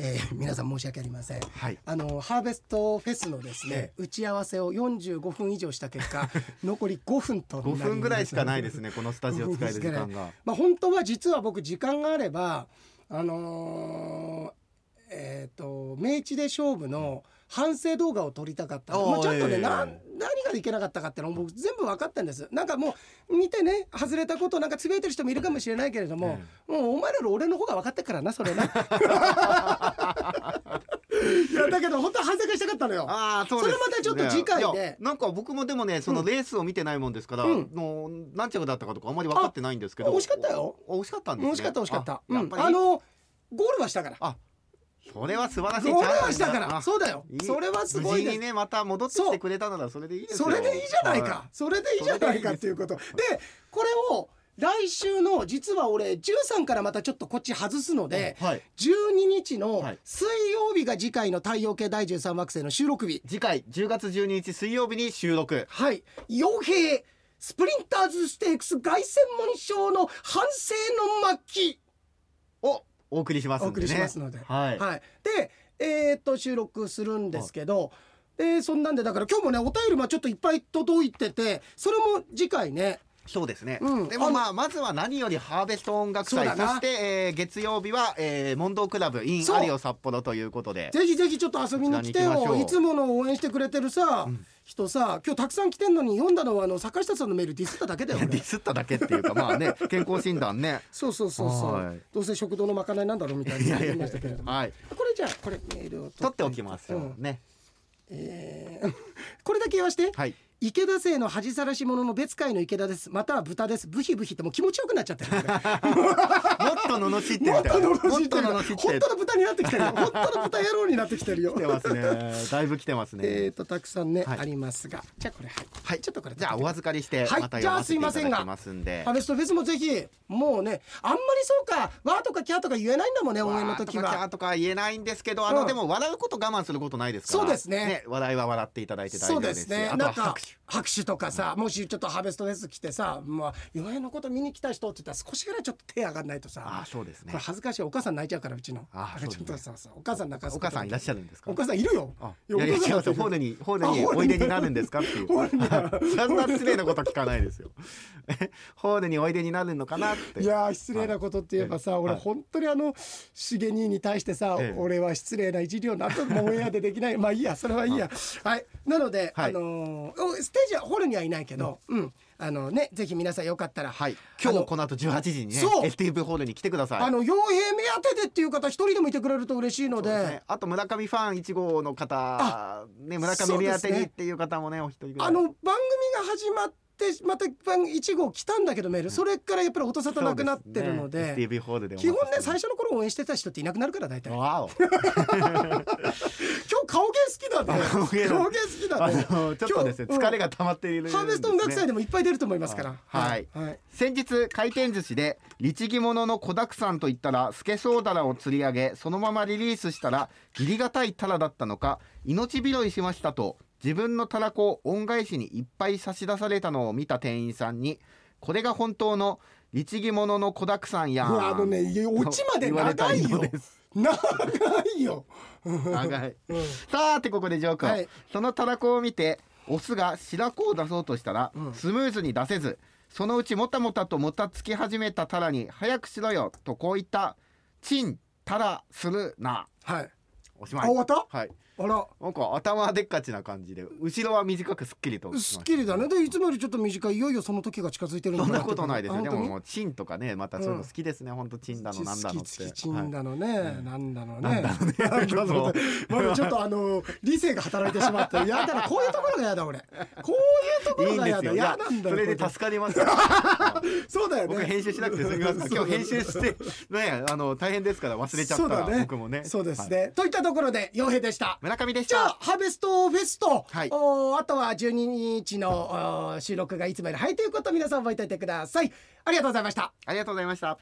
えー皆さん申し訳ありません、はいあのハーベストフェスのですね、打ち合わせを45分以上した結 果残り5分となり5ました分ぐらいしかないですねこのスタジオ使える時間が まあ、本当は実は僕時間があればあのーえっ、と明治で勝負の反省動画を撮りたかったのおーまあ、ちょっとね、ええなん何がいけなかったかっていうのを僕全部分かったんですなんかもう見てね外れたことなんかつぶやいてる人もいるかもしれないけれども、もうお前らより俺の方が分かってっからなそれ ないやだけど本当は反省会したかったのよああそうですそれまたちょっと次回でいやなんか僕もでもねそのレースを見てないもんですから、うんの何着だったかとかあんまり分かってないんですけどあ惜しかったよお惜しかったんです、ね、惜しかった惜しかったあうやっんぱり、あのゴールはしたからそれは素晴らしいゴールはしチたかャンスだらあそうだよいいそれはすごい無です事にねまた戻ってきてくれたならそれでいいですよそれでいいじゃないか、はそれでいいじゃないかっていうことでこれを来週の実は俺13からまたちょっとこっち外すので、はい12日のはい水曜日が次回の太陽系第13惑星の収録日次回10月12日水曜日に収録はい傭兵スプリンターズステークス凱旋門賞の反省の末期をお送りしますんで、おね、送りしますのではい、はい、で、えーっと収録するんですけど、でそんなんでだから今日もねお便りもちょっといっぱい届いててそれも次回ねそうですね、うんでもまあまずは何よりハーベスト音楽祭そうだそなして、えー月曜日は、えー、問答クラブ in そうアリオ札幌ということでぜひぜひちょっと遊びに来てこちらに行きましよょういつもの応援してくれてるさ、人さ今日たくさん来てんのに読んだのはあの坂下さんのメールディスっただけだよいや デ俺ィスっただけっていうかま あね健康診断ねそうそうそうそはういどうせ食堂のまかないなんだろうみたいに言いましたけれども はいこれじゃあこれメールを取っておきますよ、うんねえー これだけ言わして、はい池田製の恥さらし者の別海の池田ですまたは豚ですブヒブヒってもう気持ちよくなっちゃ ってる俺もっと罵ってみた もっいとなのろしってる本もっと罵って当の豚になってきてる よ本当の豚野郎になってきてるよ来てますねだいぶ来てますね、えーとたくさんね、はいありますがじゃあこれはい、はいちょっとこれじゃあお預かりしてはいまた読ませていただきますんで、ハーベストフェスもぜひもうねあんまりそうかわーとかキャーとか言えないんだもんね応援の時わーとかキャはーとか言えないんですけど、あの、うんでも笑うこと我慢することないですから。そうですね笑いは笑っていただいて大丈そう夫でですし。すねあとなはんか拍手。拍手とかさ、もしちょっとハーベストフェス来てさまあ応援のこと見に来た人って言ったら少しぐらいちょっと手上がんないとあさあ、そうですこねれ。恥ずかしいお母さん泣いちゃうからうちのあだからちそょうっとですささお母さん泣かすお母さんいらっしゃゃるんですかお。母さんいるよあいやいやいやお母さん違うだってホールにホールあにホールにおいでになるんですかっていうホールに そんな失礼なこと聞かないですよ ホールにおいでになるのかなっていやー失礼なことって言えばさ、はい俺はい本当にあの重兄に対してさ、ええ俺は失礼な一両なんともオンエアでできない まあいいやそれはいいやはいなので、はいあのーおステージはホールにはいないけど、うんあのねぜひ皆さんよかったら、はい今日この後18時にねそう STV ホールに来てくださいあの傭兵目当てでっていう方一人でもいてくれると嬉しいのでそうですねあと村上ファン1号の方ね村上目当てにっていう方もねお一人ぐらいあの番組が始まってまた番1号来たんだけどメール、それからやっぱり音沙汰なくなってるので STV ホールでお基本待ちしてねます最初の頃応援してた人っていなくなるから大体今わお日顔芸好きだね顔芸だ顔芸好きだあねのちょっとですね今日うん疲れが溜まっているんですねハーベスト音楽祭でもいっぱい出ると思いますから。はいはい。先日回転寿司で律儀物の小沢さんといったらスケソウダラを釣り上げそのままリリースしたら義理がたいタラだったのか命拾いしましたと自分のタラコを恩返しにいっぱい差し出されたのを見た店員さんにこれが本当の律儀物の小沢さんやんうわあのね、いや落ちまで言われ長たいよようで。長いよ。長いうんさてここでジョー君、はいそのたらこを見てオスが白子を出そうとしたら、うんスムーズに出せずそのうちもたもたともたつき始めたタラに「早くしろよ」とこう言った「チンタラするなはい。」おしあまい終わった？はいあら。なんか頭はでっかちな感じで後ろは短くすっきりとすっきりだね。でいつもよりちょっと短い。いよいよその時が近づいてるそのんかなってことないですよあで本も当にもうチンとかねまたそういうの好きですね、ほんとチンだのなんだのっ好き好きてチンだのね、なんだのね。なんだのねなんだのね まだちょっとあの理性が働いてしまって、やだなこういうところがやだ俺。こういうとこはい、いろいんがでやだ。すよいややなんだよ。こそれでういうとこ助かりますそうだよね。 僕編集しなくてすみませ ん。今日編集してねあの大変ですから忘れちゃったら、僕もね。そうですね、はいといったところで洋平でした村上でしじゃあハた。ーベストフェスと、はいおーあとは12日のおー収録がいつもより早いということを皆さん覚えておいてくださいありがとうございましたありがとうございました。